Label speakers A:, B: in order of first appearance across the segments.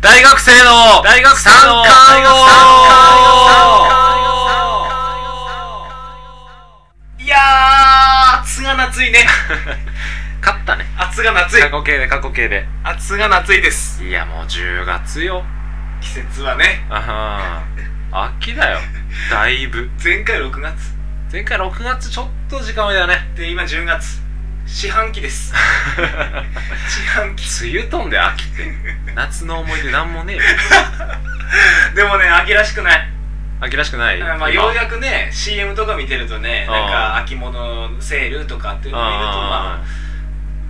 A: 大学生の大学生の参
B: いやー、暑が夏いね。
A: 勝ったね
B: 暑が夏い
A: 過。去形で過去形で
B: 暑が夏いです。
A: いやもう10月よ
B: 季節はね、
A: あはー秋だよだいぶ
B: 前回6月。
A: 前回6月ちょっと時間前だよね
B: で、今10月。四半 期です。四半期。
A: 梅雨飛んで秋って夏の思い出なんもねえよ
B: でもね、秋らしくない。
A: 秋らしくない
B: あまあ、ようやくね、CM とか見てるとね、なんか秋物セールとかっていうのを見ると、ま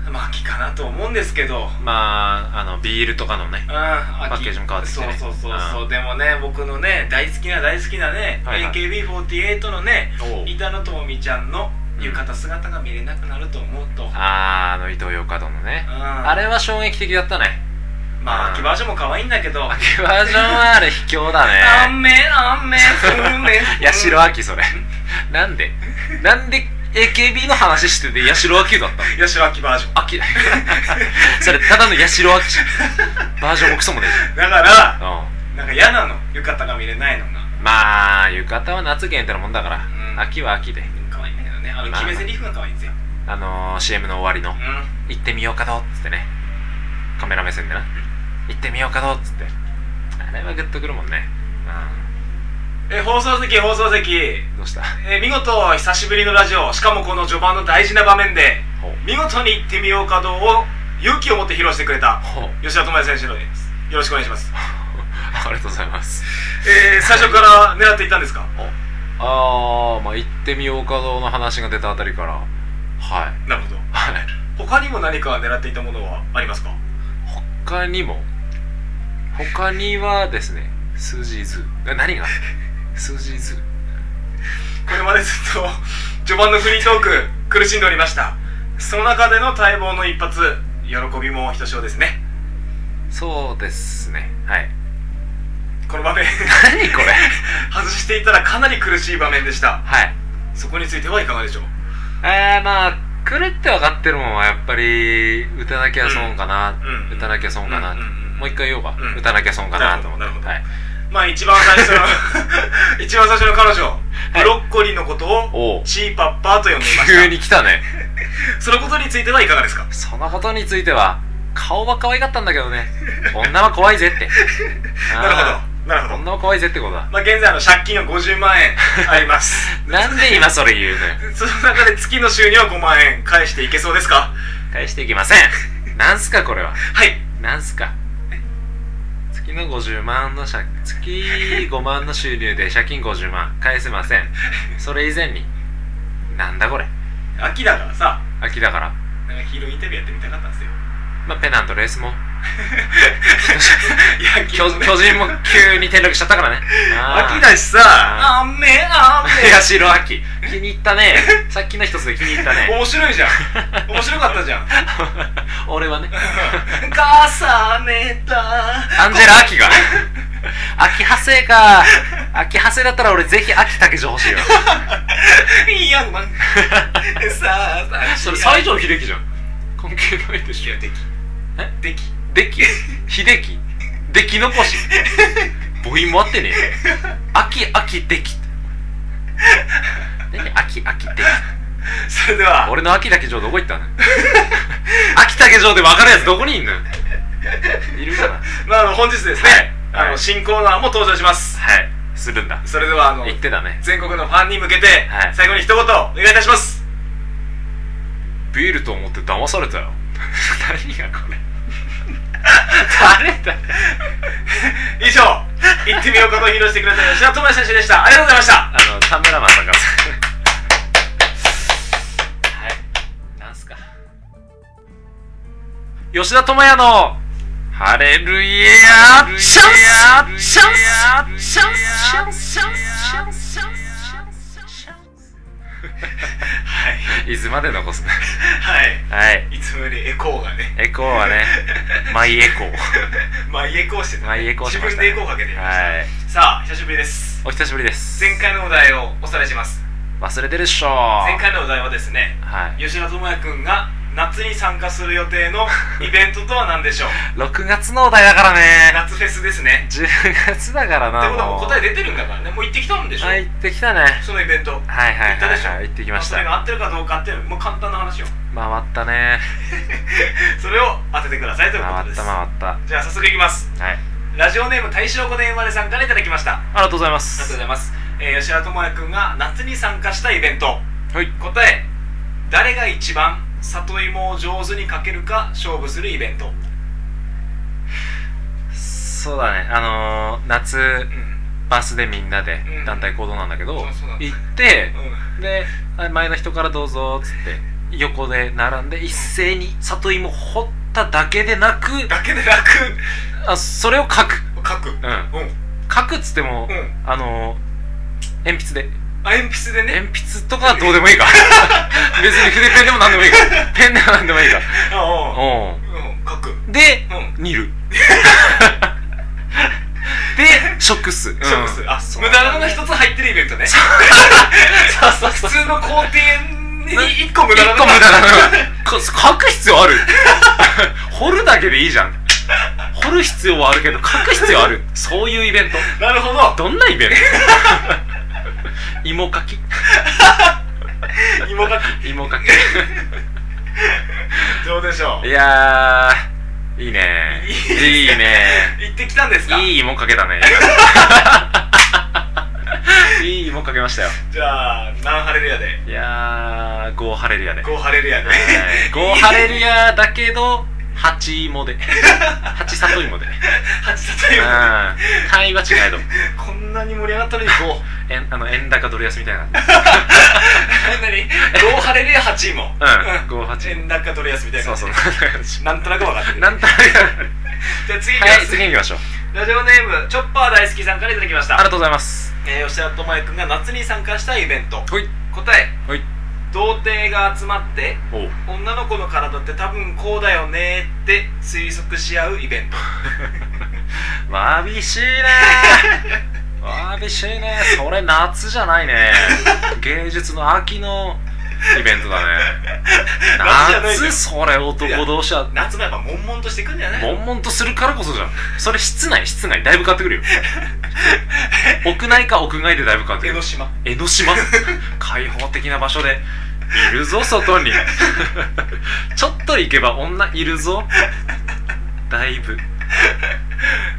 A: あ
B: あ、まあ秋かなと思うんですけど、
A: まああのビールとかのね
B: うん、パ
A: パッケージも変わってきてね
B: そうそうそうそう、でもね僕のね大好きな大好きなね、
A: はいはい
B: AKB48 のね
A: おう
B: 板野友美ちゃんの浴衣姿が見れなくなると思うと、うん
A: あーあの伊藤洋華丼のねあ
B: あ
A: れは衝撃的だったね
B: まあ秋バージョンも可愛いんだけど「
A: 秋バージョンはあれ卑怯だ
B: あ
A: ね
B: んめあんめふんめ
A: 八代亜紀それなんでなんで AKB の話してて八代亜紀だったの
B: 八代秋バージョン
A: 秋 それただの八代亜紀バージョンもクソもね
B: だか
A: え
B: ら
A: じゃんうん
B: なんか嫌なの浴衣が見れないのが
A: まあ浴衣は夏限定のもんだから、
B: うん
A: 秋は秋で
B: 可愛いんだけどねあの
A: まあ
B: 決め台詞が可愛いんですよ、
A: あのー、CM の終わりの
B: うん
A: 「行ってみようかど」っつってねカメラ目線でな「行ってみようかど」っつってあれはグッとくるもんね
B: え放送席放送席
A: うんどうした
B: えー見事久しぶりのラジオしかもこの序盤の大事な場面で
A: ほう
B: 見事に行ってみようかどうを勇気を持って披露してくれた
A: ほう
B: 吉田智也選手ですよろしくお願いします、
A: ありがとうございます
B: えー、最初から狙っていったんですか
A: ああまあ行ってみようかどうの話が出たあたりからはい
B: なるほど
A: はい
B: 他にも何か狙っていたものはありますか
A: 他にも他にはですねスージーズーえ 何がスージーズー
B: これまでずっと 序盤のフリートーク苦しんでおりましたその中での待望の一発喜びもひとしおですね
A: そうですねはい
B: この場面
A: 何これ
B: 外していたらかなり苦しい場面でした
A: はい
B: そこについてはいかがでしょう
A: えー、まあ来るって分かってるもんはやっぱり打たなきゃ損かな、
B: うんうん
A: 打たなきゃ損かな、
B: うんうんうん
A: もう一回言おうか、
B: うん
A: 打たなきゃ損かなと思って
B: なるほど
A: は、
B: ないまあ一番最初の 一番最初の彼女ブロッコリーのこと
A: おう
B: をチーパッパーと呼んでいました
A: 急に来たね
B: そのことについてはいかがですか
A: そのことについては顔は可愛かったんだけどね女は怖いぜって
B: なるほどなるほど
A: 女は怖いぜってことだ
B: まあ現在あの借金が50万円あります
A: なんで今それ言うのよ
B: その中で月の収入は5万円返していけそうですか
A: 返していきませんなんすかこれは
B: はい
A: なんすか月の50万の借月5万の収入で借金50万返せませんそれ以前になんだこれ
B: 秋だからさ
A: 秋だから
B: なんかヒーローインタビューやってみたかったん ですよ
A: まあペナントレースも
B: いや
A: 巨
B: 昨日ね
A: 巨人も急に転落しちゃったからねあー
B: 秋だしさ
A: あ
B: あんめあん
A: いや白秋気に入ったねさっきの一つで気に入った
B: め
A: ね
B: 面白いじゃ ん面白かったじゃん
A: 俺はね
B: 重ねた
A: アンジェラ・ア キが秋派生か秋派生だったら俺ぜひ秋竹城欲しいよ
B: いやま さあさ あ
A: それ西城秀樹じゃん関係ないでしょ
B: でき
A: え
B: でき
A: でき秀樹でき残し母音もあってねえよ秋秋でき何秋秋でき
B: それでは
A: 俺の秋竹城どこ行 ったの秋竹城で分かるやつどこにいんのいるかな
B: まあ、あの本日ですね、
A: はい
B: あ
A: は
B: の
A: い
B: 新コーナーも登場します
A: はいするんだ
B: それではあの
A: 言ってたね
B: 全国のファンに向けて、
A: はい
B: 最後に一言お願いいたします
A: ビールと思って騙されたよ何がこれ誰だ
B: 以上「行ってみようか」と披露してくれた吉田智也選手でしたありがとうございました
A: あの田村正和はいなんすか吉田智也のハレルイヤシャンスシャンスシャンスシャンスシャンスシャンスシャンスシャンスシャンス
B: はい
A: いつまで残すね
B: は
A: はい
B: いいつもよりエコーがね
A: エコーはねマイエコー
B: まあエコーしてた、ね、
A: マイエコーしまし
B: 自分
A: たね
B: でエコーかけてみました、
A: はい
B: さあ久しぶりです
A: お久しぶりです
B: 前回のお題をおさらいします
A: 忘れてるっしょ
B: 前回のお題はですね
A: はい
B: 吉田智也君が夏に参加する予定 のイベントとは何でしょう
A: 6月のお題だからね
B: 夏フェスですね
A: 10月だから
B: って
A: な
B: ことはもう
A: もう
B: 答え出てるんだからねもう行ってきたんでしょ、
A: はい行ってきたね
B: そのイベント
A: はいはい
B: 行った
A: は
B: で
A: い、
B: しょ
A: はい、行ってきまし
B: それ
A: た
B: が合ってるかどうかっていうのもう簡単な話よ
A: 回ったね
B: それを当ててくださいということ
A: 回
B: で
A: っ
B: す
A: た回ったは
B: じゃあ早速いきます
A: い
B: ラジオネーム大正5年生まれさんからいただきましたあ
A: ありがとうございま
B: りがとう
A: す
B: ございます、えー吉田智也君が夏に参加したイベント
A: はい
B: 答え誰が一番里芋を上手にかけるか勝負するイベント、
A: そうだねあのー、夏
B: うん
A: バスでみんなで
B: うん
A: 団体行動なんだけど、
B: そうそうだね
A: 行って
B: うん、
A: であ前の人からどうぞっつって横で並んで一斉に里芋掘っただけでなく
B: だけで楽
A: あそれを書く
B: 書く
A: うん
B: うん
A: 書くっつっても、
B: うん
A: あのー、鉛筆で
B: あ鉛筆でね
A: 鉛筆とかどうでもいいか 別に筆ペンでも何でもいいかペンでも何でもいいか
B: ああ
A: お
B: うん書くうん
A: で煮る で食すうん
B: 勝負する、あ
A: そう
B: 無駄な一つ入ってるイベントね
A: そう
B: 普
A: そう
B: 通の工程に
A: ね
B: 一個無
A: 一
B: 駄な
A: 個無駄
B: な
A: だなこ書く必要ある 掘るだけでいいじゃん掘る必要はあるけど書く必要あるそういうイベント
B: なるほど
A: どんなイベント 芋かき
B: 芋が
A: 芋か
B: どうでしょ
A: き
B: う
A: いやーいいね
B: いいですね
A: いいね
B: 行ってきたんですか
A: いい芋かけたね いい芋かけましたよ
B: じゃあ何ハレルヤで
A: いやー、ゴーハレルヤで。
B: 5ハレルヤで
A: ゴーハレルヤだけど、八芋 で。八里芋 で。うん。
B: 8里芋
A: 単位は違えど。
B: こんなに盛り上がったのに5
A: 円、あの、円高ドル安みたいな。
B: 何5ハレルヤ8位も
A: うん。ゴー八
B: 円高取りやすみたいな
A: そうそう。
B: なんとなく分かってる
A: なんとなく。
B: じゃあ次いきま
A: はい、
B: す
A: 次行きましょう。
B: ラジオネームチョッパー大好きさんからいただきまし
A: ありが
B: た、
A: とうございます。
B: えー、吉田智也君が夏に参加したイベント
A: ほい。
B: 答え
A: ほい。
B: 童貞が集まって
A: おう。
B: 女の子の体って多分こうだよねーって推測し合うイベント
A: わびしいね ーわびしいねそれ夏じゃないね芸術の秋のイベントだね
B: 夏じゃないよ
A: 夏それ男同士は
B: 夏もやっぱ悶々としてくんじゃない
A: 悶々とするからこそじゃんそれ室内室内だいぶ変わってくるよ屋内か屋外でだいぶ変わって
B: 江
A: く
B: ノ
A: る
B: 島
A: 江ノ島開放的な場所でいるぞ外に ちょっと行けば女いるぞだいぶ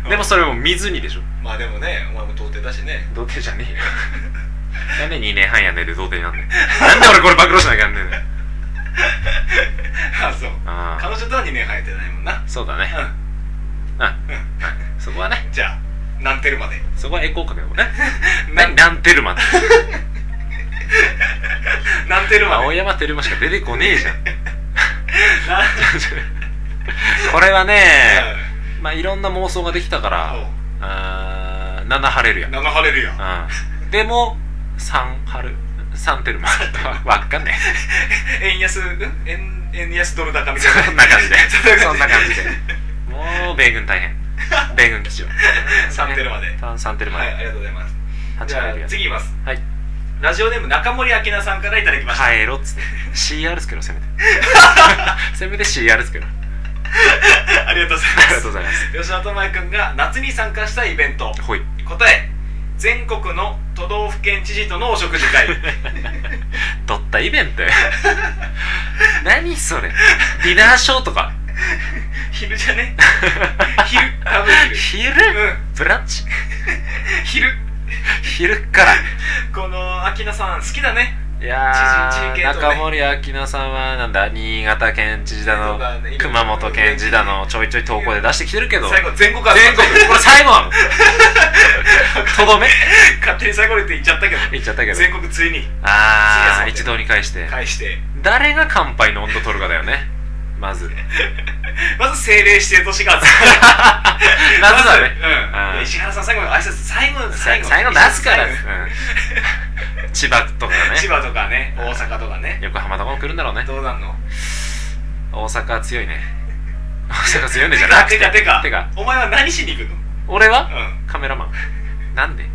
A: でもそれも見ずにでしょ
B: まあでもねお前も童貞だしね
A: 童貞じゃねえよなんで2年半やねんで童貞になんねんなんで俺これ暴露しなきゃなんねえんだよ
B: あそう
A: あ
B: 彼女とは2年生えてないもんな
A: あそうだね
B: う
A: うんそこはね
B: んじゃあ何テルまで
A: そこはエコーかけようね
B: 何
A: 何なんてるまって
B: 何テルまで
A: 青 山テルマしか出てこねえじゃん これはねまあいろんな妄想ができたからあー7晴れるや
B: 生ハレルヤ
A: うんでも3晴る3テルマ わっかんねえ
B: 円安うん円円安ドル高みたいな
A: そんな感 じで そんな感じ
B: で
A: でもう米軍大変米軍 基地は
B: 3テルまで
A: 3テルま
B: はい
A: で
B: ありがとうございます
A: 8
B: じ
A: 晴れ
B: ゃ
A: るや
B: あ
A: つ
B: 次いきます
A: はい
B: ラジオネーム中森明菜さんからいただきました、
A: 帰ろっつって CR つけろせめ てせめて CR つけろあ
B: ありがとうござい
A: り
B: ま
A: が
B: す
A: とうございます
B: 吉田智也君が夏に参加したイベント
A: ほい
B: 答え全国の都道府県知事とのお食事会
A: ドッタイベントよ何それディナーショーとか
B: 昼じ ゃね昼多分昼
A: 昼
B: う
A: ブランチ
B: ん昼
A: 昼から
B: この明菜さん好きだね
A: いやー、
B: 知事系統ね
A: 中森明菜さんはなんだ新潟県知事だ
B: そう
A: の
B: だね
A: 熊本県知事だのちょいちょい投稿で出してきてるけど
B: 最後全国集ま
A: 全
B: って
A: 国これ最後 なのとどめ
B: 勝手に最後でって言っちゃったけど
A: 言っちゃったけど
B: 全国ついに
A: あ
B: シリアスだ
A: ー
B: ね
A: 一堂に返して
B: 返して
A: 誰が乾杯の温度取るかだよねま ず
B: まず政令指定都市が集 ま
A: まずだ
B: る
A: ね
B: うん
A: うん
B: 石原さん最後の挨拶最後
A: 最
B: 最後
A: 後最後出すから、う
B: 最後
A: ん千葉とか
B: 千
A: ね
B: 葉とかね大阪とかね
A: 横浜とかも来るんだろうね
B: どうなんの
A: 大阪は強い ね大阪は強いねじゃな
B: あ
A: くて
B: てかてかお前は何しに行くの
A: 俺は
B: うん
A: カメラマンなんで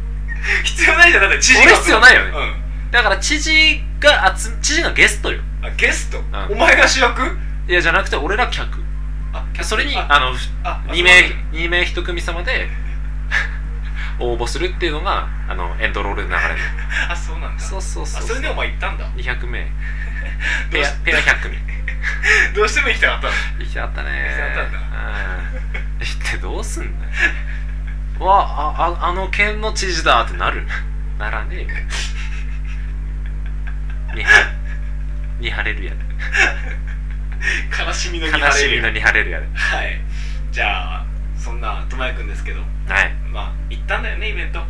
B: 必要ないじゃんだって知事が
A: 俺必要ないよね
B: ね
A: だから知事が集知事のゲストよ
B: ゲスト
A: ん
B: お前が主役
A: いやじゃなくて俺ら客
B: あ客
A: それに
B: あ
A: あの
B: ああ
A: 2名二名1組様 で応募するっていうのがあのエンドロールで流れる
B: あそうなんだ
A: そうそうそう
B: あそれでお前行ったんだ
A: 200名
B: どう
A: ペア
B: し
A: ペア100組
B: どうしても行きたかったの
A: 行きたかったね
B: 行きた
A: うん行ってどうすんだよわあああの県の知事だってなるならねえよにはにはれるやで
B: 悲しみのに
A: 悲しみの
B: に
A: にはれるやで
B: はいじゃあそんなとまやくんですけど
A: はい
B: まあ行ったんだよねイベント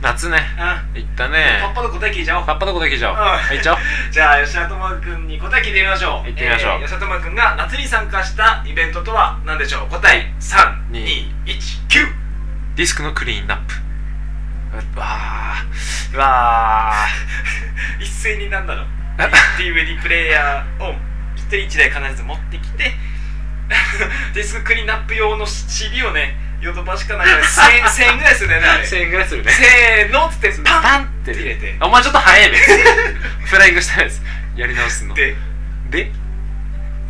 A: 夏ね
B: あ
A: 行った
B: パ
A: ね
B: ッパの答え聞いちゃおう
A: カッパどこで行きじゃおう
B: うん
A: 行っちゃおう
B: じゃあ吉田智くんに答え聞いてみましょう
A: 行ってみましょう
B: えー吉田智くんが夏に参加したイベントとは何でしょう答え3219
A: ディスクのクリーンナップうわあうわあ
B: 一斉になんだろう
A: え
B: DVD プレイヤーを一人一台必ず持ってきて ディスククリーンナップ用の CD をねヨドバシかなんかで 1000, 円ぐらいするんだよねあれせ
A: 1000円ぐらいするね
B: ーのっつってパ
A: パ
B: ン
A: ンって
B: 入れて
A: お前ちょっと早い べフライングしたやつやり直すの
B: っ
A: で
B: てデ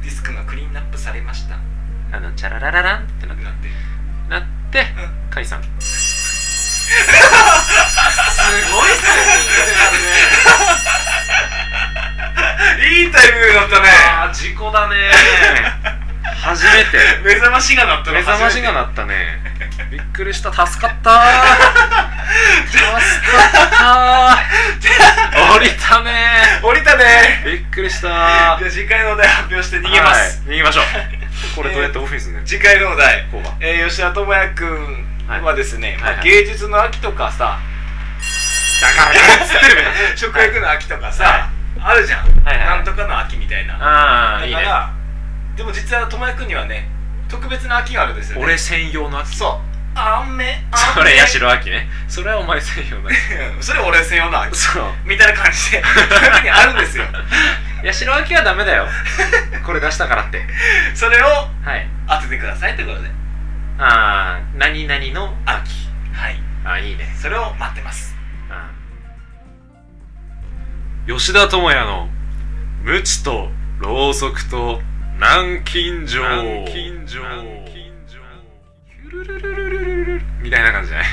B: ィスクがクリーンナップされましたって
A: あのチャラララランってなって
B: なって
A: なって解散すごいタイミングでなるね
B: いいタイミングだったね
A: ああ事故だね初めて
B: 目覚ましが鳴ったの
A: 目覚ましが
B: っ
A: なったねびっくりした助かったー助かったー降りたね
B: た降りたね
A: ーびっくりした
B: じ
A: ー
B: ゃあ次回のお題発表して逃げます、
A: はい逃げましょうこれどうやってオフィスね
B: 次回のお題
A: こうは
B: えー吉田智也くんはですね、
A: はい
B: ま
A: は
B: あ、
A: い
B: 芸術の秋と かさ
A: だからっつってるべ
B: 食欲の秋とかさ、
A: は
B: あるじゃん、
A: はいはい
B: なんとかの秋みたいなだか
A: ああいいね
B: らでも実は智也くんにはね特別な秋があるんですよね
A: 俺専用の秋
B: そう雨 雨
A: それ八代秋ねそれはお前専用の秋
B: それ俺専用の秋
A: そう
B: みたいな感じ で智也くんにあるんですよ
A: 八代秋はダメだよ これ出したからって
B: それを
A: はい
B: 当ててくださいってことで
A: ああ何々の秋
B: はい
A: あいいね
B: それを待ってます
A: 吉田智也の「無知とろうそくと南京錠」
B: 南京錠
A: ゆるるるるるるるみたいな感じじゃない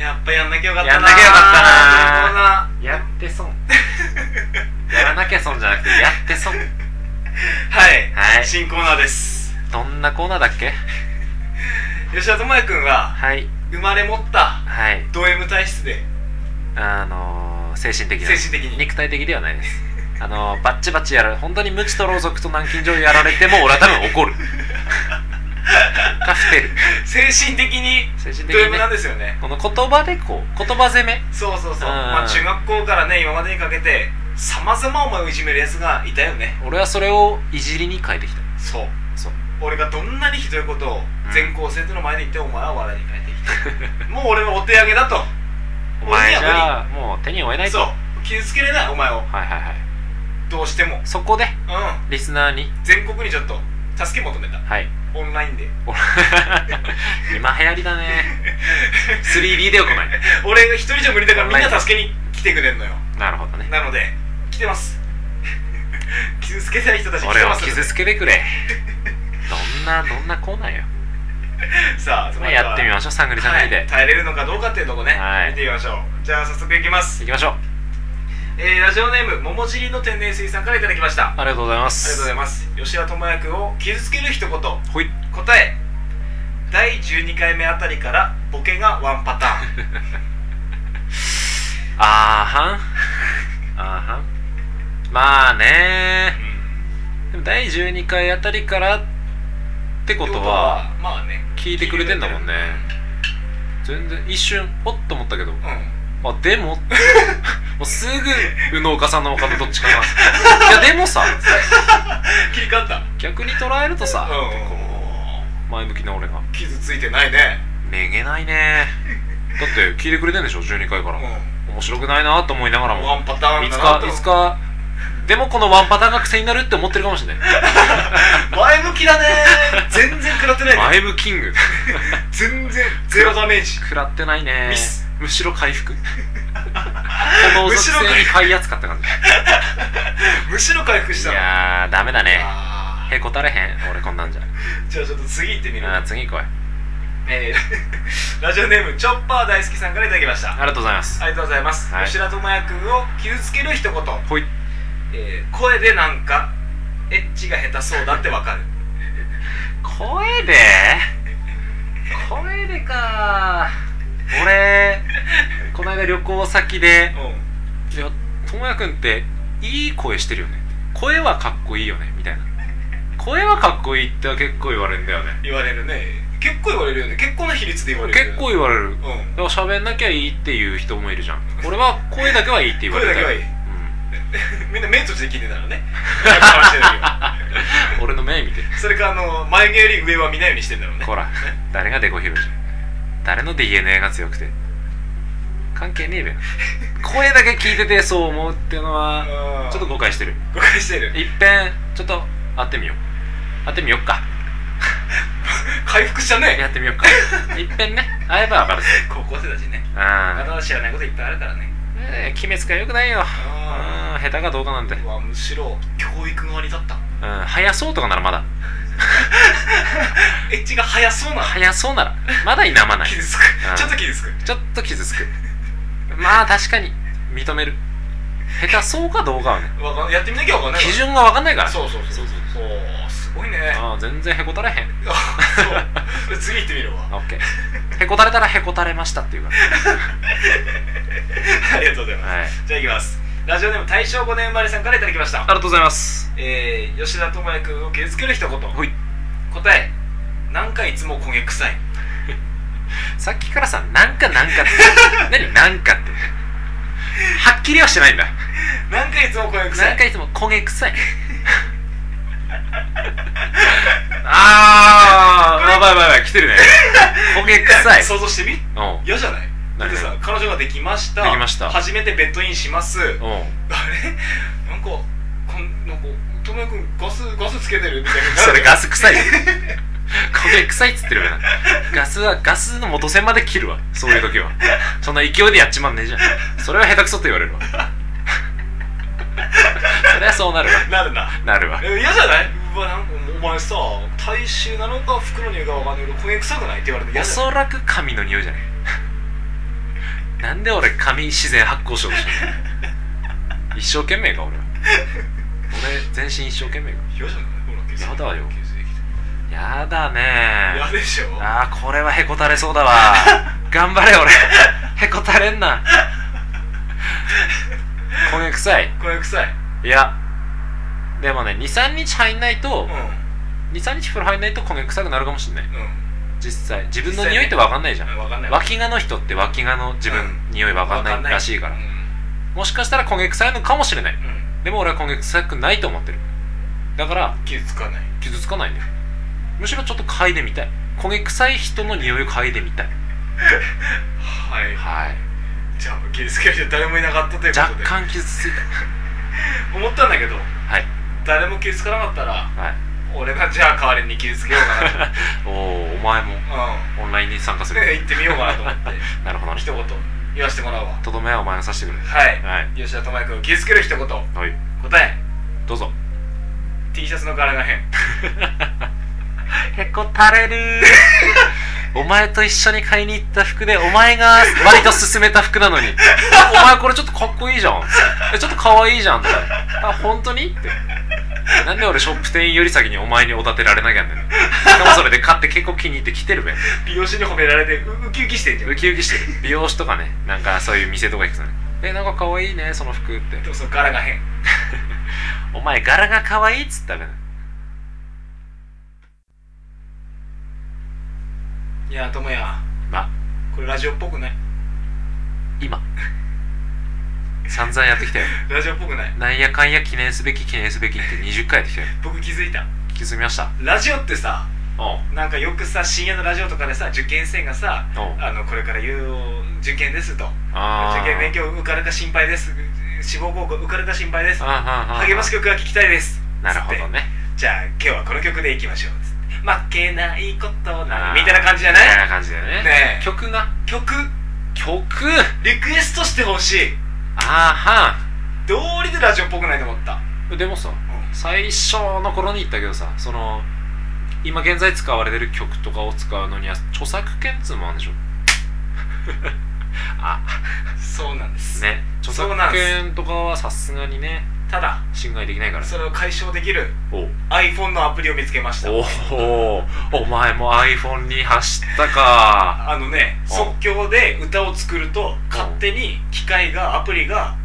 B: やっぱやんなきゃよかったな
A: やんなきゃよかった
B: な
A: やって損やらなきゃ損じゃなくてやって損
B: はい、
A: はい
B: 新コーナーです
A: どんなコーナーだっけ
B: 吉田智也くんは
A: はい
B: 生まれ持った
A: はい
B: ド M 体質で
A: あのー、精神的な
B: 精神的に
A: 肉体的ではないですあのー、バッチバチやる本当に無知とろうそくと南京錠やられても俺は多分怒るかふてる
B: 精神的に
A: 精神的
B: ド
A: に
B: M なん
A: ね
B: ですよね
A: この言葉でこう言葉攻め
B: そうそうそう
A: あー
B: まあ中学校からね今までにかけてさまざまお前をいじめるやつがいたよね
A: 俺はそれをいじりに変えてきた
B: そう
A: そう
B: 俺がどんなにひどいことを全校生徒の前で言ってお前は笑いに変えてき たもう俺はお手上げだと
A: お前じゃあもう手に負えないと
B: そう
A: は
B: 傷つけれないお前を
A: いはいはい
B: どうしてもうん
A: そこでリスナーに
B: 全国にちょっと助け求めた
A: はい
B: オンラインで
A: 今流行りだね 3D では来ない
B: 俺が一人じゃ無理だからみんな助けに来てくれんのよ
A: なるほどね
B: なので来てます 傷つけたい人たち来
A: 俺
B: て
A: を
B: ます
A: 傷つけてくれどんなどんなコーナーよ
B: さあそ
A: まあやってみましょう探り探りで、
B: はい、耐えれるのかどうかっていうとこね、
A: はい
B: 見てみましょうじゃあ早速いきます
A: 行、きましょう
B: えー、ラジオネーム桃尻の天然水さんからいただきましたあ
A: ありがとうございま
B: りがとうご
A: す
B: ざいます吉田智也君を傷つける一言答
A: ほい
B: え第12回目あたりからボケがワンパタ ーン
A: あーはん あーはんまあねでも第12回あたりからって
B: うん
A: こ
B: って
A: とは
B: まあね
A: 聞いてくれてんだもんね全然一瞬おっと思ったけど
B: うん
A: あで ももうすぐ右脳か左脳かのどっちか がいやでもさ
B: 切り替わった
A: 逆に捉えるとさ
B: うん
A: 前向きな俺が
B: 傷ついてないね
A: めげないねだって聞いてくれてんでしょ12回か
B: う
A: ら
B: ん
A: 面白くないなと思いながらも
B: ワンパターン
A: いつ
B: だな
A: か
B: と
A: いつかでもこのワンパターンが癖になるって思ってるかもしれ ない
B: 前向きだね 全然食らってないね
A: 前向キング
B: 全然ゼロダメージ
A: 食らってないね
B: ミス
A: むしろ回復この
B: むしろ
A: 属性に買いやすかった感じ
B: むしろ回復し
A: い
B: たの
A: やーダメだね
B: あ
A: へこたれへん俺こんなんじゃ
B: ーじゃあちょっと次行ってみる、
A: あー次来い
B: えー ラジオネームチョッパー大好きさんからいただきました
A: ありがとうございます
B: ありがとうございます、
A: はい
B: 吉田智也君を傷つける一言、
A: ほい
B: えー声でなんかエッチが下手そうだってわかる
A: 声で声でか俺この間旅行先で
B: う
A: 「いや智也君っていい声してるよね声はかっこいいよね」みたいな声はかっこいいって結構言われるんだよね
B: ん言われるね結構言われるよね結構な比率で言われるよね
A: 結構言われる
B: う
A: だ
B: ん
A: から喋んなきゃいいっていう人もいるじゃん俺は声だけはいいって言われ
B: 声
A: た
B: だけはいい
A: い、う
B: みんな目閉じて聞いてた らね顔してるよ
A: ん、俺の目見て
B: それかあの眉毛より上は見ないようにしてんだろ うね
A: ほら誰がデコ拾いじゃん誰の DNA が強くて関係ねえべ声だけ聞いててそう思うっていうのは
B: うん
A: ちょっと誤解してる
B: 誤解してる
A: いっぺんちょっと会ってみよう会ってみよっか
B: 回復したね
A: やってみよっかいっぺんね会えば分かるし
B: 高校生だしねま
A: う
B: だ知らないこといっぱいあるからね
A: んねえ決めつけはよくないよ
B: あ
A: うん下手かどうかなんて、う
B: あ
A: ん、
B: わむしろ教育側に立った
A: 早そうとかならまだ
B: エッジが早そうな
A: 早そうならまだ否ま ない
B: 傷つく
A: うん
B: ちょっと傷つく
A: ちょっと傷つくまあ確かに認める下手そうかどうかはね
B: わかんやってみなきゃわかんないか
A: 基
B: ら
A: 準が分かんないから
B: そうそうそうそうそうすごいね
A: あー全然へこたれへん
B: あそう 次行ってみるわ
A: オッケーへこたれたらへこたれましたっていうか
B: ありがとうございます
A: はいあ
B: じゃあ行きますラジオネーム大正5年生まれさんからいただきました
A: りがとうございます
B: えー、吉田智也君を傷つける一言
A: ほい
B: 答えなんかいつも焦げ臭い
A: さっきからさなんかなんかって何なんかってはっきりはしてないんだ
B: なんかいつも焦げ臭い
A: なんかいつも焦げ臭い ああやばいやばいやばい来て るね焦げ臭い
B: 想像してみ
A: おう
B: 嫌じゃないだっ
A: 何
B: て
A: が
B: さ彼女ができました
A: できました
B: 初めてベッドインし ますあれ
A: おう
B: なんかこんなんか智也君ガスガスつけてるみたいな
A: それガス 臭いよ焦げ臭いっつってるよなガスはガスの元栓まで切るわそういう時はそんな勢いでやっちまんねえじゃんそれは下手くそって言われる わそりゃそうなるわ
B: なるな
A: なるわ
B: え嫌じゃないうわなんかお前さ大衆なのか服の匂いがわかんないけど焦げ臭くないって言われて嫌
A: お
B: じゃない
A: そらく紙の匂いじゃないなんで俺紙自然発酵しようとしてんの一生懸命か俺は俺全身一生懸命か
B: 嫌じゃないほら血液
A: やだよ
B: 血液
A: やだね
B: 嫌でしょ
A: あーこれはへこたれそうだわ頑張れ俺へこたれんな焦げ臭い
B: 焦げ臭い
A: いやでもね23日入んないと
B: うん
A: 23日風呂入んないと焦げ臭くなるかもしんない
B: うん
A: 実際自分の匂いって分かんないじゃん、
B: わかんないわ
A: 脇がの人って脇がの自分、
B: う
A: 匂い分かんないらしいから
B: うん
A: もしかしたら焦げ臭いのかもしれない
B: うん
A: でも俺は焦げ臭くないと思ってるだから
B: 傷つかない
A: 傷つかないねむしろちょっと嗅いでみたい焦げ臭い人の匂いを嗅いでみたい
B: はい
A: はい
B: じゃあ傷つける人誰もいなかったというこ
A: 若
B: とで
A: 干傷つい
B: 思ったんだけど
A: たはい
B: 誰も傷つかなかったら
A: はい
B: 俺がじゃあ代わりに傷つけよう かなと
A: おおお前も
B: う
A: オンラインに参加す
B: ん
A: る
B: で行ってみようかなと思って
A: なるほど
B: 一
A: ね
B: 言言わせてもらうわ
A: とどめはお前がさしてくれ
B: はい
A: はい
B: 吉田智也君を傷つける一言答
A: はい
B: え
A: どうぞ
B: T シャツの柄が変
A: へこたれるお前と一緒に買いに行った服でお前が割と勧めた服なのにお前これちょっとかっこいいじゃんえちょっとかわいいじゃんとかあ本当にってなんで俺ショップ店員より先にお前におだてられなきゃねんでもそれで買って結構気に入って着てるべ
B: 美容師に褒められてうウキウキしてんじゃん
A: ウキウキしてる美容師とかねなんかそういう店とか行くとねえなんかかわいいねその服って
B: でもその柄が変
A: お前柄が可愛いっつったべ
B: いや智也
A: ま
B: これラジオっぽくない
A: 今散々やってきたよ
B: ラジオっぽくない
A: なんやかんや記念すべき記念すべきって20回やってきたよ
B: 僕気づいた
A: 気づきました
B: ラジオってさ
A: おう
B: なんかよくさ深夜のラジオとかでさ受験生がさ
A: おう
B: あのこれから有受験ですと
A: あー
B: 受験勉強受かるか心配です志望高校受かるか心配です
A: あ
B: 励ます
A: け
B: 曲が聴きたいです
A: なるほ
B: つっ
A: ど
B: て
A: ね
B: じゃあ今日はこの曲でいきましょうつって負けないことな
A: あー
B: らみたいな感じじゃ
A: み
B: ない
A: たいな感じだよね
B: ねえ
A: 曲が
B: 曲
A: 曲
B: リクエストしてほしい
A: あー
B: 道理でラジオっぽくないと思った
A: はんでもさ最初の頃に言ったけどさその今現在使われてる曲とかを使うのには著作権っつうのもあるんで しょあ
B: そうなんです、
A: ね著
B: そう
A: 作
B: なんです
A: 権とかはさすがにね
B: ただ
A: 侵害できないから
B: それを解消できる
A: おう
B: iPhone のアプリを見つけました
A: おおお前も iPhone に走ったか
B: あのね
A: お
B: 即興で歌を作ると勝手に機械がアプリが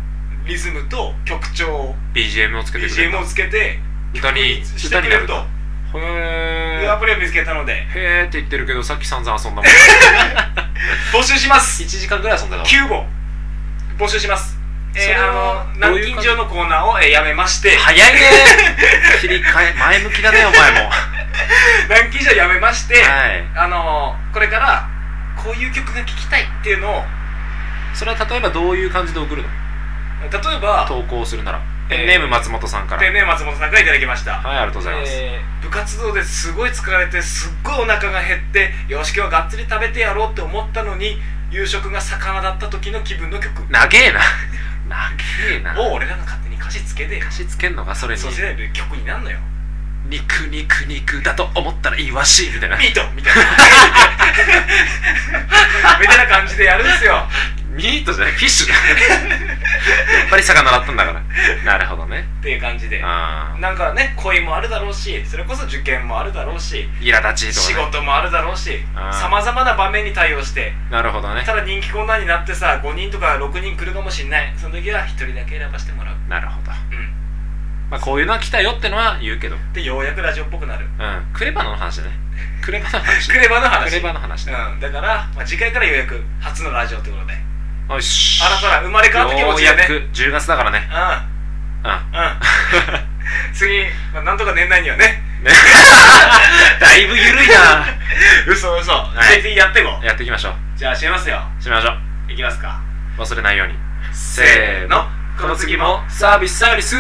B: リズムと曲調
A: BGM をつけてくれ
B: BGM
A: た
B: をつけて
A: 歌に
B: 曲して
A: 歌
B: く
A: に
B: れ
A: な
B: る
A: る
B: と
A: と
B: いうア
A: へ
B: プリを見つけたので
A: えへえって言ってるけどさっき散々遊んだもん
B: 募集します
A: 1時間ぐらい遊んでたもん
B: 9本募集します
A: そ
B: え
A: れ
B: ー、
A: は
B: あの
A: どう
B: 南
A: いう
B: 京
A: 感じ
B: 錠のコーナーを、えーやめまして
A: 早 いね切り替え前向きだねお前も
B: 南京錠やめまして、
A: はい
B: あのーこれからこういう曲が聴きたいっていうのを
A: それは例えばどういう感じで送るの
B: 例えば
A: 投稿するならペンネーム松本さんから
B: ペンネーム松本さんからいただきまし
A: は
B: た
A: いありがとうございます
B: えー部活動ですごい疲れてすっごいお腹が減ってよし今日はがっつり食べてやろうって思ったのに夕食が魚だった時の気分の曲を
A: 長えな長えな
B: 俺らが勝手に歌詞つけて
A: 貸し付けんのかそれに
B: そうせないと曲になんのよ
A: 肉肉肉だと思ったらイワシみたいな
B: ミートみ たいなみたいな感じでやるんですよ
A: ミートじゃないフィッシュだやっぱり魚だったんだからなるほどね
B: っていう感じで
A: あ
B: なんかね恋もあるだろうしそれこそ受験もあるだろうし
A: あ苛立ち
B: 仕
A: とかね
B: 事もあるだろうし
A: あー
B: さまざまな場面に対応して
A: なるほどね
B: ただ人気コーナーになってさ5人とか6人来るかもしんないその時は1人だけ選ばしてもらう
A: なるほど、
B: う
A: まあ、こういうのは来たよってのは言うけどうん
B: んでようやくラジオっぽくなる
A: クレバの話だねクレバの話
B: クレバの話
A: クレバの話だ
B: うんだから、まあ、次回からようやく初のラジオってことで
A: よし
B: 新たな生まれ変わった気持
A: よう
B: ち
A: や
B: だねうん
A: く10月だから ねうん
B: うん 次、まあ、なんとか年内にはね
A: ねだいぶ緩いな
B: 嘘嘘、
A: い
B: 定期やっていこ
A: やっていきましょう
B: うじゃあ閉めますよ
A: しましょ
B: いきますか
A: う忘れないように
B: せ
A: せーのこ
B: こ
A: の
B: の
A: 次
B: 次も
A: もサービスサービス